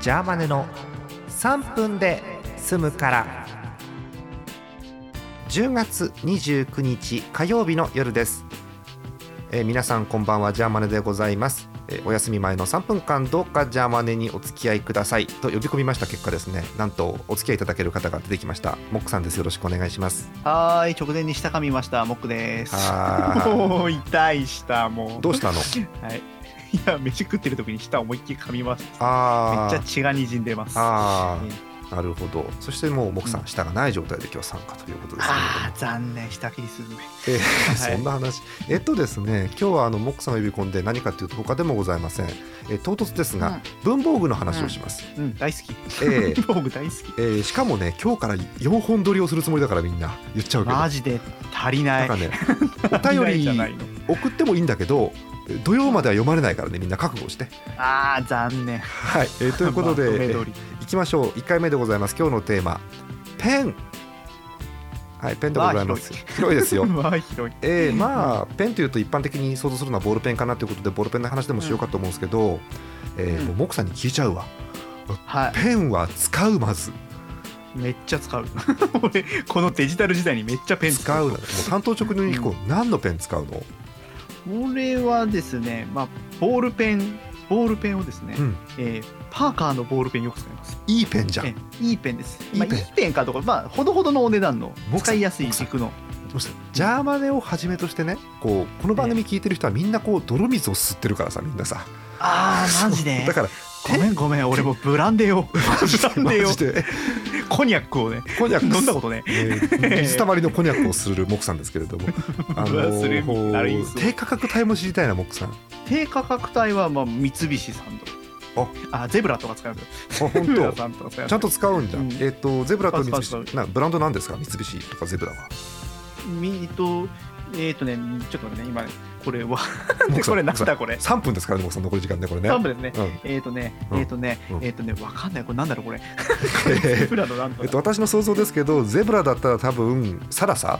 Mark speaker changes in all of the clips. Speaker 1: ジャーマネの3分で済むから10月29日火曜日の夜です、えー皆さんこんばんはジャーマネでございます、えーお休み前の3分間どうかジャーマネにお付き合いくださいと呼び込みました結果ですねなんとお付き合いいただける方が出てきましたモックさんですよろしくお願いします
Speaker 2: はーい、直前に下噛みました、モックです。
Speaker 1: は
Speaker 2: もう痛い下、もう。
Speaker 1: どう したの
Speaker 2: はい。いや、飯食ってる時に舌思いっきり噛みます。め
Speaker 1: あ
Speaker 2: っ
Speaker 1: ー
Speaker 2: ちゃ血が滲んでます。
Speaker 1: あ
Speaker 2: うん
Speaker 1: ーなるほどそしてもうモックさん舌がない状態で今日参加ということですけれども
Speaker 2: あー、残念、下切りすずめ。
Speaker 1: えー
Speaker 2: はい
Speaker 1: そんな話、えっとですね、今日はあのモックさんの呼び込んで何かというと他でもございません、えー唐突ですが、文房具の話をします、
Speaker 2: うん、大好き。
Speaker 1: え え
Speaker 2: 文房具大好き。
Speaker 1: えーしかもね今日から4本撮りをするつもりだからみんな言っちゃうけど
Speaker 2: マジで足りな。
Speaker 1: ないんかね
Speaker 2: 足り
Speaker 1: お
Speaker 2: な
Speaker 1: 便
Speaker 2: い
Speaker 1: り
Speaker 2: じゃないの。
Speaker 1: 送ってもいいんだけど土曜までは読まれないからねみんな覚悟して
Speaker 2: あー、残念。
Speaker 1: はい、えーということで、
Speaker 2: まと
Speaker 1: え
Speaker 2: め
Speaker 1: ー
Speaker 2: 取り。
Speaker 1: いきましょう1回目でございます今日のテーマペンはいペンでございます、
Speaker 2: ま
Speaker 1: 広いですよ
Speaker 2: まあ、広い。
Speaker 1: えーまあペンというと一般的に想像するのはボールペンかなということでボールペンの話でもしようかと思うんですけど、えー
Speaker 2: うん
Speaker 1: もうモクさんに聞いちゃうわ
Speaker 2: は
Speaker 1: ペンは使うまず
Speaker 2: い。めっちゃ使う。 俺、このデジタル時代にめっちゃペン
Speaker 1: 使うなもう担当直入に聞こう、何のペン使うの、
Speaker 2: これはですね、まあ、ボールペン、ボールペンをですね、
Speaker 1: うん、
Speaker 2: えーパーカーのボールペンよく使います。
Speaker 1: いいペンじゃん、
Speaker 2: ええいいペンです。
Speaker 1: いい
Speaker 2: まあ、い
Speaker 1: ペン
Speaker 2: いペンかとか、まあ、ほどほどのお値段の
Speaker 1: 僕さ
Speaker 2: 使いやすい軸の。
Speaker 1: どうしたジャーマネをはじめとしてねこうこの番組聞いてる人はみんなこう泥水を吸ってるからさみんなさ
Speaker 2: ああ、マジ
Speaker 1: そう
Speaker 2: で
Speaker 1: だ。から
Speaker 2: ごめんごめん、俺もう ブランデーを、ブラン
Speaker 1: マ
Speaker 2: デ ー
Speaker 1: ジ
Speaker 2: を、
Speaker 1: で
Speaker 2: コニャックをね、
Speaker 1: こんにゃく
Speaker 2: 飲んだことね。
Speaker 1: えー水たまりのこんにゃくをするモクさんですけれど も、あ
Speaker 2: うわそれあれいいっすね
Speaker 1: 低価格帯も知りたいなモクさんあ
Speaker 2: 低価格帯は、まあ、三菱さんとか。あ、ゼブラとか使いますよ。
Speaker 1: 本
Speaker 2: ゼブ
Speaker 1: 当
Speaker 2: ラさんとか使い
Speaker 1: ち
Speaker 2: ます
Speaker 1: ゃんと使うんじゃん。
Speaker 2: うん
Speaker 1: えっ、とゼブラと三
Speaker 2: 使う使
Speaker 1: 菱なブランドなんですか三菱とかゼブラは。
Speaker 2: みえっと、えっとね、ちょっと待ってね、今ね、これは、
Speaker 1: 僕さ
Speaker 2: これなんだこれ。
Speaker 1: 三分ですからね僕さん残り時間ねこれね。
Speaker 2: 多分ですね。
Speaker 1: うん
Speaker 2: えっとね、
Speaker 1: うん
Speaker 2: えっとね
Speaker 1: う、ん
Speaker 2: えっとね、わかんない。これなんだろう、これ。ゼ
Speaker 1: え
Speaker 2: ブラのなんとか
Speaker 1: っと私の想像ですけどゼブラだったら多分サラサ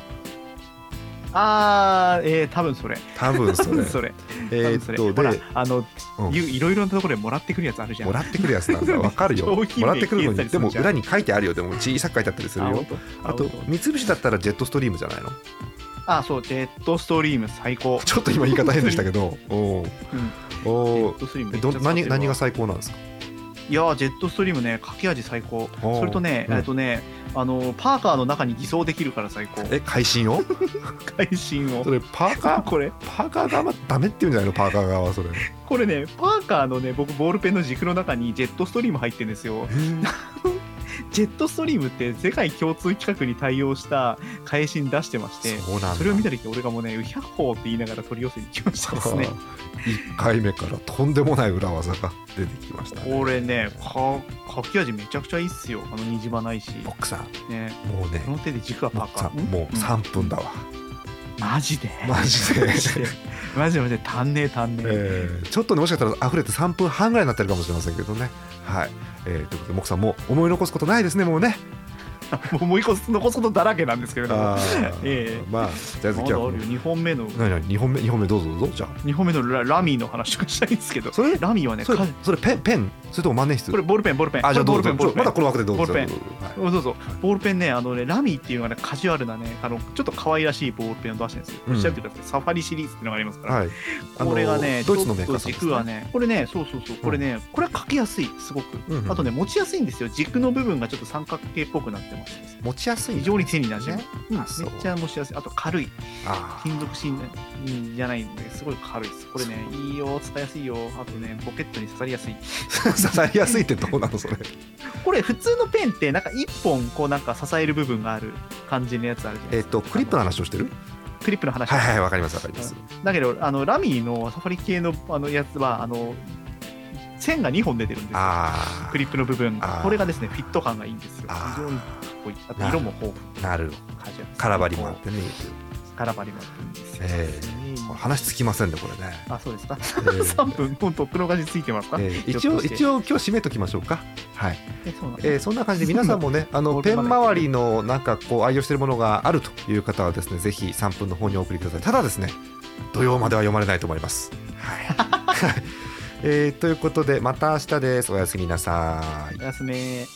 Speaker 2: あー、えー、多分それ。
Speaker 1: 多分そ
Speaker 2: 多分
Speaker 1: れ。
Speaker 2: それ。
Speaker 1: えっ
Speaker 2: 多
Speaker 1: と
Speaker 2: 分それほら
Speaker 1: で、
Speaker 2: あの、
Speaker 1: うん
Speaker 2: ゆいろいろなところでもらってくるやつあるじゃん。
Speaker 1: もらってくるやつなんだわかるよ
Speaker 2: 商品名
Speaker 1: もらってくるの
Speaker 2: 消えた
Speaker 1: にで
Speaker 2: り
Speaker 1: すも
Speaker 2: るじゃん
Speaker 1: 裏に書いてあるよでも小さく書いてあったりする
Speaker 2: あ
Speaker 1: よ
Speaker 2: 本。当
Speaker 1: あと
Speaker 2: 本
Speaker 1: 三菱だったらジェットストリームじゃないの
Speaker 2: 当あ、そう、ジェットストリーム最高。
Speaker 1: ちょっと今言い方変でしたけどおう
Speaker 2: ジェ
Speaker 1: お
Speaker 2: ッ
Speaker 1: う
Speaker 2: トストリーム
Speaker 1: え
Speaker 2: めっち
Speaker 1: ど
Speaker 2: ゃ使ってるわ
Speaker 1: 何何が最高なんですか
Speaker 2: いやージェットストリームね、駆け味最高。
Speaker 1: おー
Speaker 2: それとね、
Speaker 1: うん
Speaker 2: えっとね、あの、パーカーの中に偽装できるから最高。
Speaker 1: え会心を
Speaker 2: 会心を
Speaker 1: そ。れパーカー
Speaker 2: これ、
Speaker 1: パーカー側はダメって言うんじゃないのパーカー側はそれ
Speaker 2: これね、パーカーのね、僕、ボールペンの軸の中にジェットストリーム入ってるんですよ。ジェットストリームって世界共通規格に対応した会心出してまして、
Speaker 1: そうなんだ
Speaker 2: それを見た時俺がもうね「うひゃっほー」って言いながら取り寄せに来ましたで すね
Speaker 1: 1回目からとんでもない裏技が出てきましたね
Speaker 2: これねかかき味めちゃくちゃいいっすよあのにじまないし、
Speaker 1: ボックさん
Speaker 2: ね、
Speaker 1: もうね
Speaker 2: この手で軸は
Speaker 1: ボ
Speaker 2: パ
Speaker 1: ッ
Speaker 2: ー
Speaker 1: ク
Speaker 2: カ
Speaker 1: さん
Speaker 2: ーん
Speaker 1: もう3分だわ、
Speaker 2: マジで
Speaker 1: マジで
Speaker 2: マジでマジでマジで足んねえ足んねえ、
Speaker 1: えーちょっとねもしかしたら溢れて3分半ぐらいになってるかもしれませんけどねはい、えーということでモクさんもう思い残すことないですねもうね
Speaker 2: もうもう一個残すことだらけなんですけれども
Speaker 1: あー
Speaker 2: ええ
Speaker 1: まあじゃあ
Speaker 2: ま
Speaker 1: 今
Speaker 2: だあ
Speaker 1: 日は
Speaker 2: る
Speaker 1: こ
Speaker 2: よ
Speaker 1: の
Speaker 2: 2本目の
Speaker 1: 何何2本目二本目どうぞどうぞじゃ
Speaker 2: 2本目のララミーの話がしたいんですけど
Speaker 1: あそれ
Speaker 2: ラミーはね
Speaker 1: それ
Speaker 2: か
Speaker 1: それペンペンそれとも万年筆
Speaker 2: これボールペンボールペン
Speaker 1: あじゃあ
Speaker 2: こ
Speaker 1: ど
Speaker 2: れ
Speaker 1: う
Speaker 2: ボー
Speaker 1: ぞ
Speaker 2: ルペンボールペン
Speaker 1: まだこの枠でどうぞ
Speaker 2: ボールペン
Speaker 1: どうぞはい
Speaker 2: そうそうボールペンね、あのね、ラミーっていうのがね、カジュアルなね、あの、ちょっと可愛らしいボールペンを出してるんですよ。
Speaker 1: うん
Speaker 2: 調べてください。サファリシリーズっていうのがありますから。
Speaker 1: はい、あの
Speaker 2: これがね、
Speaker 1: ドイツのメー
Speaker 2: ち
Speaker 1: カ
Speaker 2: ょ
Speaker 1: ー
Speaker 2: っと
Speaker 1: さんです
Speaker 2: 軸はね、これね、そうそうそう、これね、これはかけやすい、すごく。
Speaker 1: うんうん
Speaker 2: あとね、持ちやすいんですよ。軸の部分がちょっと三角形っぽくなってまして、
Speaker 1: 持ちやすいん
Speaker 2: 非
Speaker 1: だ
Speaker 2: 常に手になじむ。
Speaker 1: ね
Speaker 2: うんめ
Speaker 1: あそう
Speaker 2: っちゃ持ちやすい。あと軽い。
Speaker 1: あ ー
Speaker 2: 金属芯うんじゃないんで、すごい軽いです。これね、いいよ、使いやすいよ。あとね、ポケットに刺さりやすい。
Speaker 1: 刺さりやすいってどうなのそれ
Speaker 2: これ、普通のペンって、なんか一本、こう、なんか支える部分がある感じのやつあるじゃない
Speaker 1: え
Speaker 2: で
Speaker 1: っ
Speaker 2: すか。
Speaker 1: とクリップの話をしてる
Speaker 2: クリップの話
Speaker 1: はいはいわかりますわかります
Speaker 2: だけどあのラミーのサファリ系のあのやつはあの線が2本出てるんですよ
Speaker 1: あ
Speaker 2: クリップの部分
Speaker 1: あー
Speaker 2: これがですねフィット感がいいんですよ
Speaker 1: あー
Speaker 2: 非常にかっこいいあと色も豊
Speaker 1: あなる
Speaker 2: 富カジュアル
Speaker 1: カラバリもあってね
Speaker 2: カラバリもあっていいんですよ、
Speaker 1: え
Speaker 2: うん
Speaker 1: これ話つきませんねこれね
Speaker 2: あそうですか、
Speaker 1: え え
Speaker 2: 3分もうとっくのがについてますか、
Speaker 1: えー一応
Speaker 2: ひょっとして
Speaker 1: 一応今日締めときましょうかはい
Speaker 2: えそうなんだ
Speaker 1: えーそんな感じで皆さんも ねあの
Speaker 2: ゴー
Speaker 1: ペン
Speaker 2: ルドマネー
Speaker 1: 周りのなんかこう愛用しているものがあるという方はですねぜひ3分の方にお送りくださいただですね土曜までは読まれないと思いますはい はいえーということでまた明日ですおやすみなさい
Speaker 2: おやすみ